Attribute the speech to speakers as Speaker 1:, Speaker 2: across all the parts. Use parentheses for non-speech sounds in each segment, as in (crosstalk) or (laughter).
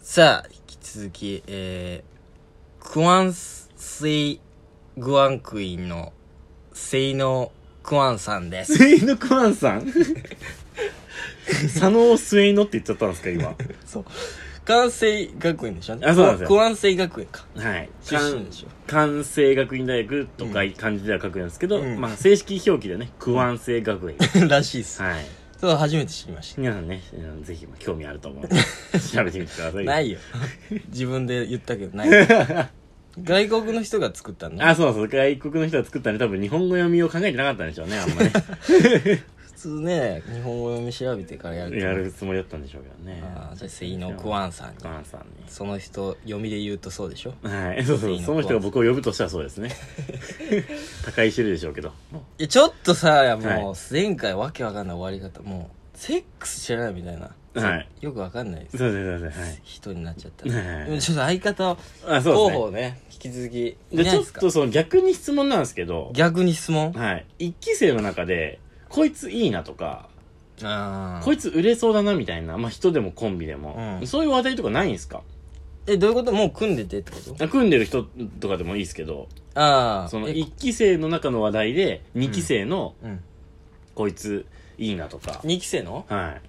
Speaker 1: さあ、引き続き、えー、クワンスイ・グワンクインの、セイノ・クワンさん
Speaker 2: (laughs)
Speaker 1: です。
Speaker 2: スイノクワンさん佐野スイノって言っちゃったんですか今
Speaker 1: そう。関西学院でしょ
Speaker 2: あそうなんですよ
Speaker 1: クワンスイ学園か。
Speaker 2: はい
Speaker 1: 出身でしょ。
Speaker 2: 関西学院大学とか漢字では書くんですけど、
Speaker 1: うん
Speaker 2: まあ正式表記でねクワン西学院
Speaker 1: らしいっす。
Speaker 2: はい
Speaker 1: そう、初めて知りまし
Speaker 2: 皆さんねあのぜひまあ興味あると思うんで調べてみてくださ
Speaker 1: た。
Speaker 2: い
Speaker 1: ない
Speaker 2: (laughs)
Speaker 1: よ。自分で言ったけど、ない。外国の人が作ったの
Speaker 2: あそうそう外国の人が作ったんで多分日本語読みを考えてなかったんでしょうねあんまね
Speaker 1: 普通ね、日本語読み調べてからや (laughs) ると
Speaker 2: やるつもりだったんでしょうけどね
Speaker 1: ああ、じゃあ、セイノ・クワンさんに
Speaker 2: ク。ワンさんね
Speaker 1: その人、読みで言うとそうでしょ
Speaker 2: はいそうそうその人が僕を呼ぶとしたらそう
Speaker 1: (laughs)
Speaker 2: ですね高い知るでしょうけど
Speaker 1: いやちょっとさも
Speaker 2: は
Speaker 1: う前回わけわかんない終わり方もうセックス知らないみたいな、
Speaker 2: はい
Speaker 1: よくわかんないです
Speaker 2: そうですそうですはい
Speaker 1: 人になっちゃった、
Speaker 2: ねえ
Speaker 1: でもちょっと相方
Speaker 2: あ、そう
Speaker 1: 候補
Speaker 2: です
Speaker 1: をね引き続き
Speaker 2: ね。
Speaker 1: い
Speaker 2: じ
Speaker 1: な
Speaker 2: ゃ
Speaker 1: い
Speaker 2: あちょ
Speaker 1: で
Speaker 2: っ
Speaker 1: すか
Speaker 2: とその逆に質問なんですけど、
Speaker 1: 逆に質問
Speaker 2: はい。一期生の中で、こいついいなとか、
Speaker 1: ああ
Speaker 2: こいつ売れそうだなみたいな、まあ人でもコンビでも、
Speaker 1: うん
Speaker 2: そういう話題とかないんですか
Speaker 1: えどういうこともう組んでてってこと
Speaker 2: あ組んでる人とかでもいいですけど、
Speaker 1: ああ
Speaker 2: その
Speaker 1: え
Speaker 2: 一期生の中の話題で、二期生の
Speaker 1: うん、
Speaker 2: こいついいなとか、
Speaker 1: 2期生の
Speaker 2: はい。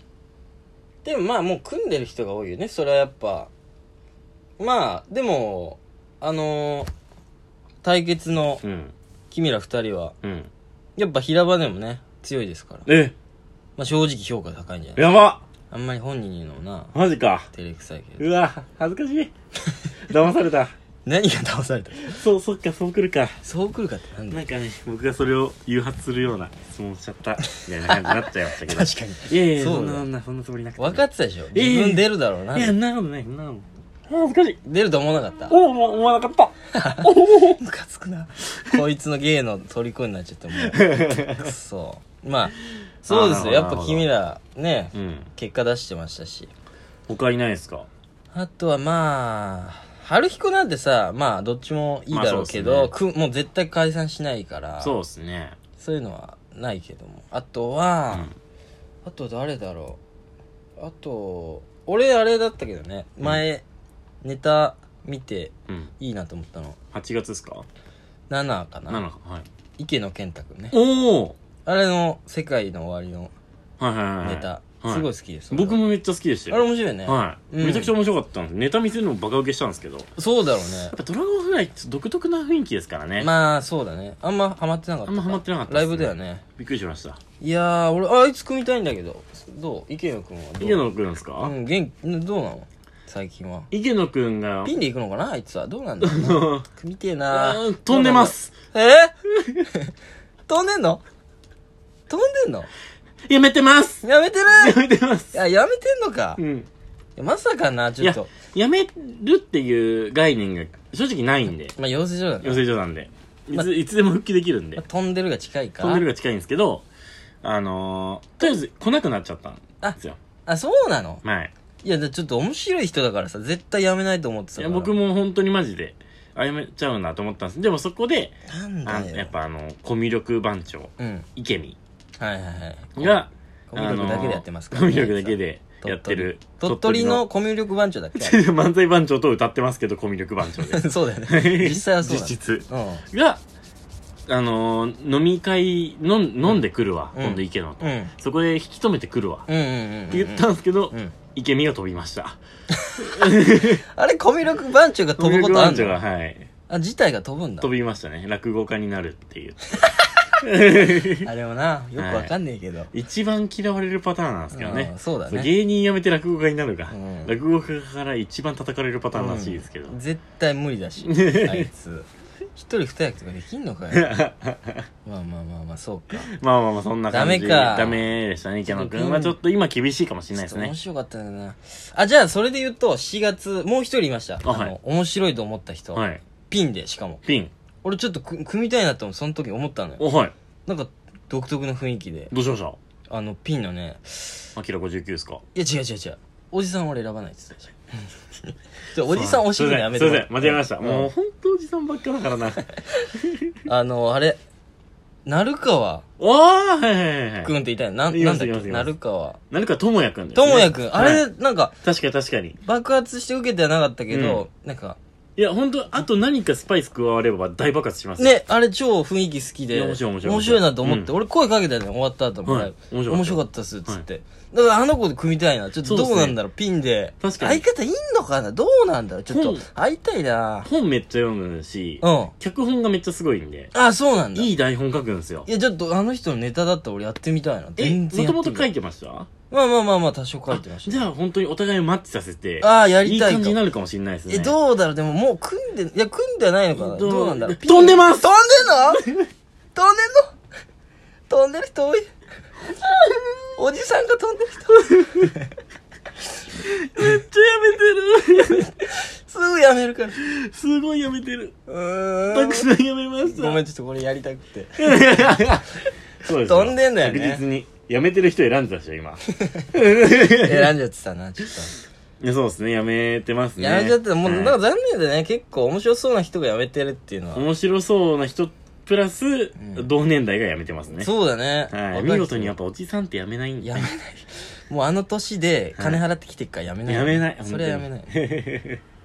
Speaker 1: でもまあもう組んでる人が多いよねそれはやっぱまあでもあのー対決の
Speaker 2: うん。
Speaker 1: 君ら2人は
Speaker 2: うん。
Speaker 1: やっぱ平場でもね強いですから
Speaker 2: え、
Speaker 1: まあ正直評価高いんじゃない
Speaker 2: やば
Speaker 1: あんまり本人に言うのもな、
Speaker 2: マジか。
Speaker 1: 照れくさいけど。
Speaker 2: うわ、恥ずかしい。 (laughs) 騙された。
Speaker 1: 何が騙された
Speaker 2: そう、そっか、そう来るか。
Speaker 1: そう来るかってなんだ
Speaker 2: な
Speaker 1: よ
Speaker 2: んかね、僕がそれを誘発するような質問しちゃった、みたいな感じになっちゃいましたけど。
Speaker 1: 確かに。
Speaker 2: いやいや、
Speaker 1: そ
Speaker 2: そ
Speaker 1: うんだ
Speaker 2: な、そんな、そんなつもりなくて。
Speaker 1: 分か
Speaker 2: っ
Speaker 1: ってたでしょ
Speaker 2: いやいや
Speaker 1: 自分出るだろうな。
Speaker 2: いや、そんなことない、そんなことない。恥ずかしい。
Speaker 1: 出ると思わなかった。
Speaker 2: おお、思わなかった。おおお
Speaker 1: ムカつくな。こいつの芸の虜になっちゃって (laughs) もう。くそ。まあ、そうですよ。
Speaker 2: あーなる
Speaker 1: や
Speaker 2: ほ
Speaker 1: っ
Speaker 2: ど
Speaker 1: ぱ君ら、ね、
Speaker 2: うん。
Speaker 1: 結果出してましたし。
Speaker 2: 他いないですか
Speaker 1: あとはまあ、春彦なんてさ、まあ、どっちもいいだろうけ
Speaker 2: まあ
Speaker 1: ど、
Speaker 2: そ
Speaker 1: くもう絶対解散しないから、
Speaker 2: そうですね。
Speaker 1: そういうのはないけども。あと
Speaker 2: う
Speaker 1: は、
Speaker 2: ん。
Speaker 1: あと誰だろうあと俺あれだったけどね
Speaker 2: ん
Speaker 1: 前、ネタ見て
Speaker 2: うん。
Speaker 1: いいなと思ったの
Speaker 2: 8月ですか
Speaker 1: 7かな
Speaker 2: ?7 か。はい。
Speaker 1: 池野健太君ね
Speaker 2: おお
Speaker 1: あれの「世界の終わり」
Speaker 2: はいはいは
Speaker 1: の
Speaker 2: い。
Speaker 1: ネタ、
Speaker 2: はい
Speaker 1: すごい好きです
Speaker 2: 僕もめっちゃ好きでし
Speaker 1: あ
Speaker 2: た
Speaker 1: れ
Speaker 2: よ。
Speaker 1: 面白いね、
Speaker 2: はい。
Speaker 1: うん
Speaker 2: めちゃくちゃ面白かったんです。ネタ見せるのもバカ受けしたんですけど。や
Speaker 1: そうだろうね
Speaker 2: っぱドラゴンフライって独特な雰囲気ですからね。
Speaker 1: まあそうだねあんまハマってなかった
Speaker 2: あんまハマってなかったっす
Speaker 1: ラ
Speaker 2: ね
Speaker 1: イブだよね
Speaker 2: びっくりしました。
Speaker 1: いやー俺あいつ組みたいんだけどどう池野君はどう
Speaker 2: 池野くんですか
Speaker 1: うん元気どうなの最近は
Speaker 2: 池野くんが、
Speaker 1: ピンで行くのかなあいつはどうなんだろうな組みてえな
Speaker 2: うん (laughs) 飛んでます。
Speaker 1: え (laughs) 飛んでんの飛んでんの
Speaker 2: やめてます
Speaker 1: やめてる
Speaker 2: やめてます
Speaker 1: いや、やめてんのか
Speaker 2: う。ん。
Speaker 1: いやまさかな、ちょっと。
Speaker 2: やめるっていう概念が正直ないんで、
Speaker 1: まあ、養成所だね。
Speaker 2: 養成所なんで。い
Speaker 1: ま
Speaker 2: つ、いつでも復帰できるん
Speaker 1: まあ
Speaker 2: で。
Speaker 1: 飛んでるが近いか。
Speaker 2: トンネルが近いんですけど、あのー、とりあえず来なくなっちゃったんですよ。
Speaker 1: あ、そうなの
Speaker 2: はい。
Speaker 1: いや、ちょっと面白い人だからさ、絶対やめないと思って
Speaker 2: い
Speaker 1: たか
Speaker 2: や、
Speaker 1: ら。
Speaker 2: 僕も本当にマジで、あやめちゃうなと思ったんです。でもそこで、
Speaker 1: なん
Speaker 2: あ
Speaker 1: だよ。
Speaker 2: やっ。ぱあの、コミュ力番長、
Speaker 1: うん。
Speaker 2: 池見
Speaker 1: はいはいはい。
Speaker 2: が、
Speaker 1: コミュ力だけでやってますか
Speaker 2: からら、
Speaker 1: ね
Speaker 2: コミュ力だけでやってる。
Speaker 1: 鳥取のコミュ力番長だっ
Speaker 2: 鳥取の (laughs) 漫才番長と歌ってますけど、コミュ力番長で
Speaker 1: けそうだよね。
Speaker 2: (laughs) す。
Speaker 1: 実際はそうだ
Speaker 2: 実。質。
Speaker 1: うん。
Speaker 2: が、あのー飲み会の飲んでくるわ、
Speaker 1: うん
Speaker 2: 今度池野と、
Speaker 1: うん。
Speaker 2: そこで引き止めてくるわ、
Speaker 1: うんうんうんうん。
Speaker 2: って言ったんですけど、
Speaker 1: うん。
Speaker 2: 池見が飛びました
Speaker 1: あれ、コミュ力番長が飛ぶことあん
Speaker 2: 飛び
Speaker 1: の
Speaker 2: がはい
Speaker 1: あ、自体が飛ぶんだ。
Speaker 2: 飛びましたね落語家になるっていう
Speaker 1: あれもな、よくわかんねえけど。
Speaker 2: 一番嫌われるパターンなんですけどね
Speaker 1: うんそうだ
Speaker 2: そう
Speaker 1: ね。
Speaker 2: 芸人辞めて落語家になるが、
Speaker 1: うん
Speaker 2: 落語家から一番叩かれるパターンらしいですけど、
Speaker 1: うん絶対無理だ
Speaker 2: (laughs)
Speaker 1: し、あいつ。一人二役とかできんのかよ。
Speaker 2: (laughs)
Speaker 1: まあまあまあまあ、そうか。
Speaker 2: まあまあまあそんな感
Speaker 1: ダ
Speaker 2: じ
Speaker 1: メか
Speaker 2: ダメでしたね池
Speaker 1: ちょ
Speaker 2: 野
Speaker 1: っと
Speaker 2: 君はちょっと今厳しいかもしれないで
Speaker 1: ち
Speaker 2: す
Speaker 1: ょっと
Speaker 2: ね
Speaker 1: 面白かったんだよな。あ、じゃあ、それで言うと、4月、もう一人いました。あの、
Speaker 2: はい
Speaker 1: 面白いと思った人。
Speaker 2: はい
Speaker 1: ピンで、しかも。
Speaker 2: ピン
Speaker 1: 俺ちょっとく組みたいなと思うその時思ったのよ。
Speaker 2: おはい
Speaker 1: なんか、独特の雰囲気で。
Speaker 2: どうしました
Speaker 1: あの、ピンのね、
Speaker 2: アキラ59ですか
Speaker 1: いや違う違う違う。おじさん俺選ばないって言ってたじ
Speaker 2: (laughs)
Speaker 1: ゃん。ちょおじさんおしいのやめて
Speaker 2: すいません、間違えました。
Speaker 1: うん (laughs)
Speaker 2: もう本当おじさんばっかだからな。
Speaker 1: あの、あれ、鳴川
Speaker 2: おーはいはいはい
Speaker 1: く
Speaker 2: はい。
Speaker 1: んっていたよ。な、
Speaker 2: いま
Speaker 1: なん
Speaker 2: す
Speaker 1: だっ
Speaker 2: います
Speaker 1: け
Speaker 2: います
Speaker 1: 鳴川。
Speaker 2: 何かともやくんです
Speaker 1: と
Speaker 2: ね
Speaker 1: もやくん。あ
Speaker 2: は
Speaker 1: れ、
Speaker 2: い
Speaker 1: なんか、
Speaker 2: 確かに確かに。
Speaker 1: 爆発して受けてはなかったけど、なんか、
Speaker 2: いや、本当あと何かスパイス加われば大爆発しますよ。
Speaker 1: ね、あれ超雰囲気好き
Speaker 2: い
Speaker 1: で、
Speaker 2: や面白い面白い
Speaker 1: なと思って、
Speaker 2: う
Speaker 1: 俺声かけたのよ、終わった後も、
Speaker 2: はい面白かった
Speaker 1: 面白かったっす、つって、だからあの子で組みたいな。ちょっと
Speaker 2: そうっ
Speaker 1: ど
Speaker 2: すね
Speaker 1: うなんだろう、ピンで。
Speaker 2: 確かに
Speaker 1: 相方いんのかなどうなんだろうちょっと
Speaker 2: 本、
Speaker 1: 会いたいな
Speaker 2: 本めっちゃ読むし、
Speaker 1: うん。
Speaker 2: 脚本がめっちゃすごいんで、
Speaker 1: あ、そうなんだ。
Speaker 2: い
Speaker 1: い
Speaker 2: い台本書くんですよ。
Speaker 1: や、ちょっとあの人のネタだったら俺やってみたいな。
Speaker 2: え、
Speaker 1: 全
Speaker 2: も
Speaker 1: 然や
Speaker 2: と
Speaker 1: ってみた
Speaker 2: も
Speaker 1: い。
Speaker 2: と書いてました
Speaker 1: まあまあまあまあ、多少書いてました。
Speaker 2: じゃあ本当にお互いをマッチさせて、
Speaker 1: あーやりたいか
Speaker 2: いい感じになるかもしれないですね。
Speaker 1: え、どうだろうでももう組んで、いや、組んではないのかな
Speaker 2: どう
Speaker 1: どうなんだろう
Speaker 2: 飛んでます
Speaker 1: 飛んでんの飛んでんの飛んでる人多い。おじさんが飛んでる人
Speaker 2: めっちゃやめてる
Speaker 1: すぐやめるから。う
Speaker 2: (laughs) すごいやめてる。
Speaker 1: ー
Speaker 2: た
Speaker 1: ん
Speaker 2: く。さんやめました。
Speaker 1: ごめん、ちょっとこれやりたく
Speaker 2: (laughs)
Speaker 1: て。
Speaker 2: そうです
Speaker 1: 飛んでんだよね
Speaker 2: 確実に。やめてる人選んでたでし
Speaker 1: (laughs)
Speaker 2: ょ、今。
Speaker 1: 選んじゃってたな、ちょっ
Speaker 2: いやそうですね、やめてます
Speaker 1: と。
Speaker 2: ね。
Speaker 1: やめちゃってた。もう、
Speaker 2: は
Speaker 1: ないんか残念でね、結構面白そうな人がやめてるっていうのは。
Speaker 2: 面白そうな人プラス、同年代がやめてますね。
Speaker 1: そうだね。
Speaker 2: はい。
Speaker 1: 若い
Speaker 2: 見事にやっぱおじさんってやめないん
Speaker 1: や
Speaker 2: だ
Speaker 1: め
Speaker 2: ね
Speaker 1: ない。もうあの年で金払ってきてっからやめない。
Speaker 2: やめない。
Speaker 1: それはやめない。
Speaker 2: (laughs) い。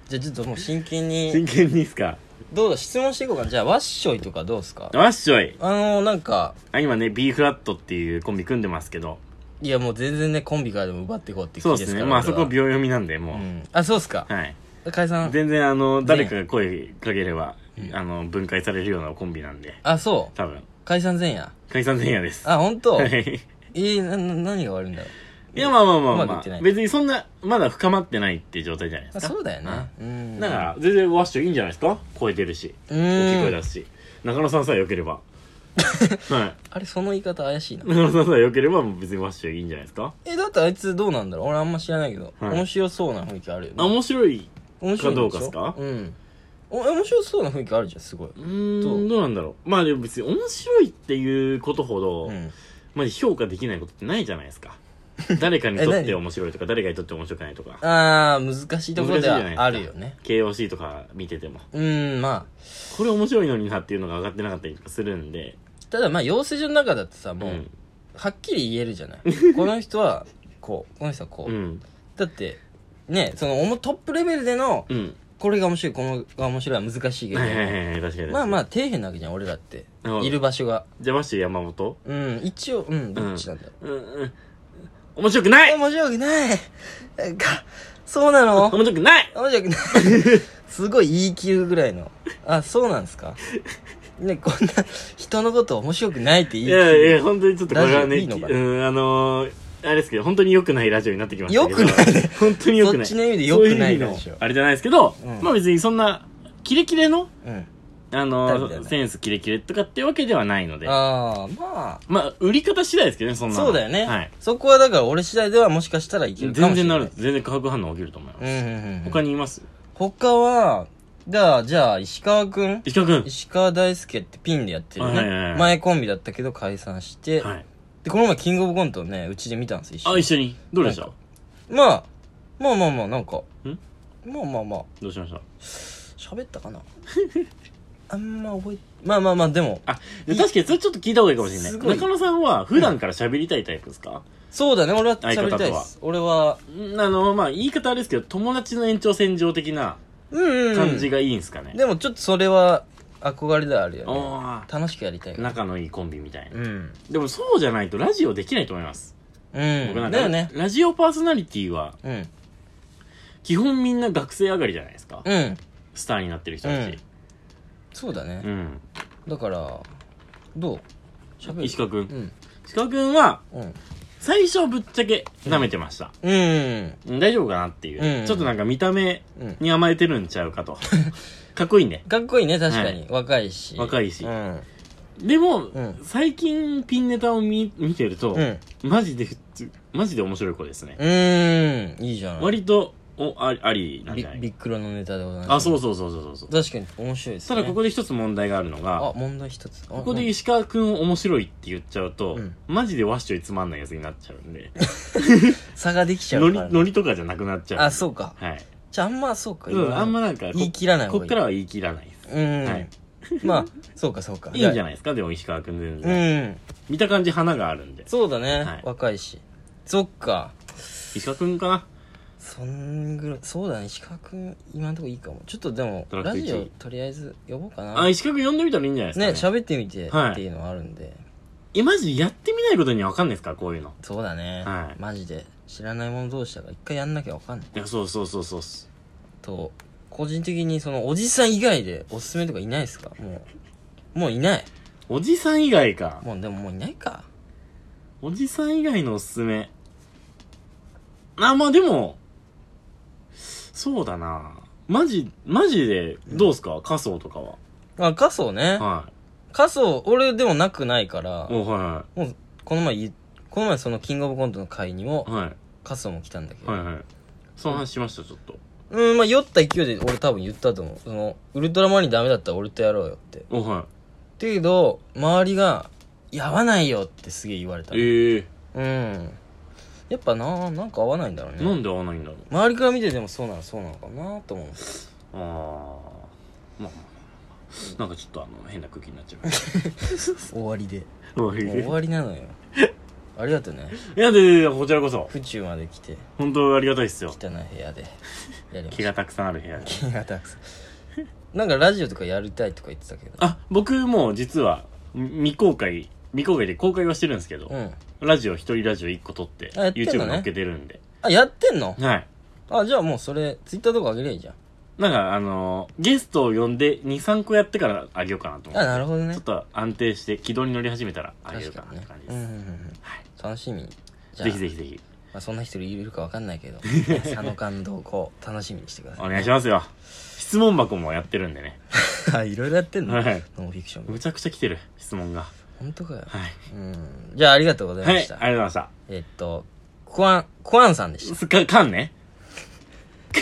Speaker 1: じゃあちょっともう真剣
Speaker 2: (laughs)
Speaker 1: に、
Speaker 2: 真剣にですか。
Speaker 1: どうだ、質問していこうかな。じゃあ、ワッショイとかどうですか
Speaker 2: わっしょい。
Speaker 1: あのー、なんか、
Speaker 2: あ、今ね、B フラットっていうコンビ組んでますけど。
Speaker 1: いやもう全然ね、コンビからでも奪っていこうって気
Speaker 2: そう
Speaker 1: で
Speaker 2: です
Speaker 1: か
Speaker 2: すね。
Speaker 1: ら。
Speaker 2: まあ、あそこ
Speaker 1: 俺
Speaker 2: 秒読みなんで、もう。
Speaker 1: はうん。あ、そうっすか。
Speaker 2: はい。
Speaker 1: 解散。
Speaker 2: 全然、あの、誰かが声かければ、あの、分解されるようなコンビなんで。
Speaker 1: あ、そう。
Speaker 2: 多分。
Speaker 1: 解散前夜。
Speaker 2: 解散前夜です。
Speaker 1: あ、本当。
Speaker 2: は
Speaker 1: え
Speaker 2: い。
Speaker 1: ー、な、な、何が悪いんだろう。
Speaker 2: いや、まあまあまあ
Speaker 1: うまくい
Speaker 2: ま
Speaker 1: ってな
Speaker 2: あ。
Speaker 1: い
Speaker 2: 別にそんな、まだ深まってないっていう状態じゃないで
Speaker 1: あ、
Speaker 2: すか。
Speaker 1: そうだよね。うん。
Speaker 2: だから、全然ワッショイいいんじゃないですか超えてるし。
Speaker 1: う
Speaker 2: 大きい
Speaker 1: ー
Speaker 2: 声
Speaker 1: ん。
Speaker 2: 出すし。中野さんさえ良けれ
Speaker 1: (laughs)
Speaker 2: ば。は。。
Speaker 1: あれ、その言い方怪しいない
Speaker 2: 中野さんさえ良ければ、もう別にワッショイいいんじゃないですか
Speaker 1: え、だってあいつどうなんだろう俺あんま知らないけど。
Speaker 2: はい
Speaker 1: 面白そうな雰囲気あるよ
Speaker 2: あ、
Speaker 1: ね。
Speaker 2: 面白い。
Speaker 1: 面白いでしょ
Speaker 2: かどうかっすか
Speaker 1: うん。お、面白そうな雰囲気あるじゃん、すごい。
Speaker 2: う
Speaker 1: ど
Speaker 2: ー、
Speaker 1: うん
Speaker 2: どうなんだろう。まあでも別に面白いっていうことほど
Speaker 1: う、ん。
Speaker 2: まあ評価できないことってないじゃないです
Speaker 1: (laughs)
Speaker 2: か。誰かにとっ
Speaker 1: え何
Speaker 2: て面白いとか、誰かにとって面白くないとか。
Speaker 1: あー、難しいところで
Speaker 2: 難しいじゃないです
Speaker 1: は
Speaker 2: か
Speaker 1: あるよね。
Speaker 2: KOC とか見てても、
Speaker 1: うん、まあ。
Speaker 2: これ面白いのになっていうのが上がってなかったりとかするんで、
Speaker 1: ただまあ、養成所の中だってさ、
Speaker 2: う
Speaker 1: もう、
Speaker 2: ん。
Speaker 1: はっきり言えるじゃない
Speaker 2: (laughs)
Speaker 1: この人はこうこの人はこう、
Speaker 2: うん。
Speaker 1: だってねそのおもトップレベルでの
Speaker 2: うん。
Speaker 1: これが面白いこのが面白いは難しいけど、
Speaker 2: はいはいはい、確かに。
Speaker 1: まあま
Speaker 2: あ。
Speaker 1: あ底辺なわけじゃん俺だって
Speaker 2: なるほど
Speaker 1: いる場所が
Speaker 2: じゃあワッショイ山本
Speaker 1: うん一応うんどっちなんだろ
Speaker 2: うんうん。面白くな
Speaker 1: う、
Speaker 2: い
Speaker 1: 面白くないかそうなの
Speaker 2: 面白くない
Speaker 1: 面白くない
Speaker 2: (laughs)
Speaker 1: すごい E 級ぐらいのあそうなんですかねこんな人のこと面白くないって言い
Speaker 2: い
Speaker 1: 切
Speaker 2: や
Speaker 1: る
Speaker 2: いや、本当にちょっとこれは
Speaker 1: ラ
Speaker 2: ね、
Speaker 1: ジオいいのかな
Speaker 2: うん、あのー、あれですけど、本当に良くないラジオになってきましたけど。
Speaker 1: 良くないね
Speaker 2: 本当に良くない。
Speaker 1: そっちの意味で良くない
Speaker 2: そうう意
Speaker 1: ラ
Speaker 2: 味
Speaker 1: ジ
Speaker 2: の
Speaker 1: オ
Speaker 2: あれじゃないですけど、
Speaker 1: うん
Speaker 2: まあ別にそんな、キレキレの、
Speaker 1: うん
Speaker 2: あ
Speaker 1: タイプ
Speaker 2: の
Speaker 1: だよ
Speaker 2: ー、
Speaker 1: ね
Speaker 2: センスキレキレとかってわけではないので。
Speaker 1: ああまあ
Speaker 2: まあ、売り方次第ですけどね、そんなの
Speaker 1: そうだよね、
Speaker 2: はい。
Speaker 1: そこはだから俺次第ではもしかしたらいける
Speaker 2: 全
Speaker 1: かもしれ
Speaker 2: 然
Speaker 1: な
Speaker 2: ないる、全然化学反応起きると思います。
Speaker 1: うんうんうん、
Speaker 2: 他にいます
Speaker 1: 他はじゃあじゃあ石川くん
Speaker 2: 石川くん。
Speaker 1: 石川大輔ってピンでやってるね、
Speaker 2: はいはいはい
Speaker 1: 前コンビだったけど解散して、
Speaker 2: はい。
Speaker 1: でこの前キングオブコントをねうちで見たんですよ一緒
Speaker 2: あ、
Speaker 1: に
Speaker 2: 一緒に。どうでした
Speaker 1: まあまあまあまあなんか
Speaker 2: ん
Speaker 1: まあまあまあ
Speaker 2: どうしました
Speaker 1: 喋ったかな (laughs) あんま覚えまあまあまあでも
Speaker 2: あ、で確かにそれちょっと聞いた方がいいかもしれ
Speaker 1: す
Speaker 2: な
Speaker 1: ごい
Speaker 2: い。中野さんは普段から喋りたいタイプですか、
Speaker 1: そうだね俺は
Speaker 2: 相
Speaker 1: 喋り
Speaker 2: 方
Speaker 1: た
Speaker 2: と
Speaker 1: い
Speaker 2: は
Speaker 1: です俺は
Speaker 2: んあの、まあ、言い方あれですけど、友達の延長線上的な
Speaker 1: うんうん、うん、
Speaker 2: 感じがいいんすかね。
Speaker 1: でもちょっとそれは憧れではあるよ
Speaker 2: お
Speaker 1: ね
Speaker 2: ー
Speaker 1: 楽しくやりたい
Speaker 2: 仲のいいコンビみたいな。
Speaker 1: うん
Speaker 2: でもそうじゃないとラジオできないと思います。
Speaker 1: うん
Speaker 2: 僕なんか、
Speaker 1: だよね
Speaker 2: ラジオパーソナリティは、
Speaker 1: うん
Speaker 2: 基本みんな学生上がりじゃないですか。
Speaker 1: うん
Speaker 2: スターになってる人たち。
Speaker 1: そうだね
Speaker 2: うん。
Speaker 1: だからどう喋る
Speaker 2: 石川く。
Speaker 1: うんん
Speaker 2: 石川くんは、
Speaker 1: うん
Speaker 2: 最初ぶっちゃけ舐めてました。
Speaker 1: うん
Speaker 2: うん大丈夫かなっていう、
Speaker 1: うんうん
Speaker 2: ちょっとなんか見た目
Speaker 1: うん
Speaker 2: に甘えてるんちゃうかと。 (laughs) かっこいいね。
Speaker 1: かっこいいね確かに、若いし
Speaker 2: 若
Speaker 1: い
Speaker 2: いし。
Speaker 1: うん
Speaker 2: でも、
Speaker 1: ん
Speaker 2: 最近ピンネタを見見てると、
Speaker 1: うん
Speaker 2: マジで普通、マジで面白い子ですね。
Speaker 1: うーんいいじゃない
Speaker 2: 割と、お、あり、ありなん
Speaker 1: ビ
Speaker 2: じゃない
Speaker 1: ビックロのネタでございます
Speaker 2: あ、そうそうそうそうそう。
Speaker 1: 確かに面白いです
Speaker 2: た
Speaker 1: ね
Speaker 2: だここで一つ問題があるのが
Speaker 1: あ、問題一つ
Speaker 2: こ
Speaker 1: こ
Speaker 2: こで石川くんを面白いって言っちゃうと、
Speaker 1: うん
Speaker 2: マジでワッショイつまんないやつになっちゃうんで、
Speaker 1: 差ができちゃ
Speaker 2: ノ
Speaker 1: う
Speaker 2: リ、
Speaker 1: からね
Speaker 2: ノリとかじゃなくなっちゃう。
Speaker 1: あそうか
Speaker 2: はい。
Speaker 1: じゃああんまそうか
Speaker 2: うん、あんまなんか、
Speaker 1: 言い切らない
Speaker 2: こ
Speaker 1: 方がい
Speaker 2: こっ
Speaker 1: い
Speaker 2: からは言い切らないです。
Speaker 1: うん
Speaker 2: はい
Speaker 1: (laughs) まあ、そうかそうか。
Speaker 2: いいんじゃ
Speaker 1: ない
Speaker 2: ないですかでも石川君全
Speaker 1: う
Speaker 2: 然、
Speaker 1: ん。
Speaker 2: 見た感じ花があるんで
Speaker 1: そうだね、
Speaker 2: はい
Speaker 1: 若いし。そっか。
Speaker 2: 石川君かな
Speaker 1: そんぐらい、そうだね、石川くん、今んとこいいかも。ちょっとでも、
Speaker 2: ドラ
Speaker 1: ラ
Speaker 2: クエ一
Speaker 1: ジオとりあえず呼ぼうかな。
Speaker 2: あ
Speaker 1: ね、
Speaker 2: 石川君呼んでみたらいいんじゃないですかね
Speaker 1: 喋ってみて
Speaker 2: はい
Speaker 1: っていうのはあるんで。
Speaker 2: えマジやってみないことには分かんないですかこういうの
Speaker 1: そうだね、
Speaker 2: はい
Speaker 1: マジで。知らないもの同士だから、一回やんなきゃわかんない。
Speaker 2: いやそうそうそうそうっす
Speaker 1: と、個人的に、その、おじさん以外でおすすめとかいないですかもう、もういない。
Speaker 2: おじさん以外か
Speaker 1: もう、でももういないか。
Speaker 2: おじさん以外のおすすめ。あ、まあでも、そうだな。マジ、マジで、どうすか仮想とかは。
Speaker 1: あ、仮想ね。
Speaker 2: は
Speaker 1: 仮想、俺でもなくないから
Speaker 2: い。、おは
Speaker 1: もう、この前言、この前その、キングオブコントの会にも
Speaker 2: い。、はい。
Speaker 1: 仮想も来たんだけど、
Speaker 2: はいはい。その話しました、ちょっと。
Speaker 1: うん、まあ、酔った勢いで俺多分言ったと思う。その、ウルトラマンにダメだったら俺とやろうよって。
Speaker 2: おは
Speaker 1: けど、周りが、いや合わないよってすげえ言われた。
Speaker 2: い。ええ
Speaker 1: うん。やっぱな、なんか合わないんだろう
Speaker 2: な
Speaker 1: ね。
Speaker 2: んで合わないんだろう。
Speaker 1: 周りから見ててもそうなのそうなのかなと思う。
Speaker 2: あー。まあまあまあまあ。なんかちょっとあの、変な空気になっちゃいまし
Speaker 1: 終わりで。
Speaker 2: た。もう (laughs)
Speaker 1: もう終
Speaker 2: い
Speaker 1: わりなのよ。ありがとうね。
Speaker 2: や、で、ででこちらこそ。
Speaker 1: 府中まで来て、
Speaker 2: 本当ありがたいっすよ。
Speaker 1: 汚い部屋で、やりま
Speaker 2: 気
Speaker 1: した。
Speaker 2: がたくさんある部屋で。
Speaker 1: 気がたくさん。なんかラジオとかやりたいとか言ってたけど。
Speaker 2: あ、僕もう実は、未公開、未公開で公開はしてるんですけど。
Speaker 1: うん。
Speaker 2: ラジオ一人ラジオ1個撮って
Speaker 1: あやってんのね
Speaker 2: YouTube に載っけてるんで
Speaker 1: あ、やってんの
Speaker 2: はい
Speaker 1: あ、じゃあもうそれ、ツイッターとかあげりゃいいじゃん。
Speaker 2: なんかあのーゲストを呼んで23個やってからあげようかなと思っ
Speaker 1: あ、
Speaker 2: て、
Speaker 1: なるほどね
Speaker 2: ちょっ。と安定して軌道に乗り始めたらあげよ
Speaker 1: 確か
Speaker 2: うかな
Speaker 1: にね
Speaker 2: って感じ
Speaker 1: う
Speaker 2: で
Speaker 1: んうんう
Speaker 2: す、
Speaker 1: ん
Speaker 2: はい
Speaker 1: 楽しみにじゃあ
Speaker 2: ぜひぜひぜひ
Speaker 1: まあ、そんな人いるかわかんないけど
Speaker 2: (laughs)
Speaker 1: 佐野間動向楽しみにしてくだ
Speaker 2: お
Speaker 1: さ
Speaker 2: 願いしますよ質問箱もやってるんでね
Speaker 1: いあいろいろやってんの、
Speaker 2: はい
Speaker 1: ノンフィクション
Speaker 2: むちゃくちゃ来てる質問が
Speaker 1: 本当かよ
Speaker 2: はい、
Speaker 1: うんじゃあありがとうござい
Speaker 2: はい、あ
Speaker 1: ま
Speaker 2: り
Speaker 1: し
Speaker 2: がと
Speaker 1: た、
Speaker 2: うございました
Speaker 1: えっとコアンコアンさんでした
Speaker 2: すかかんね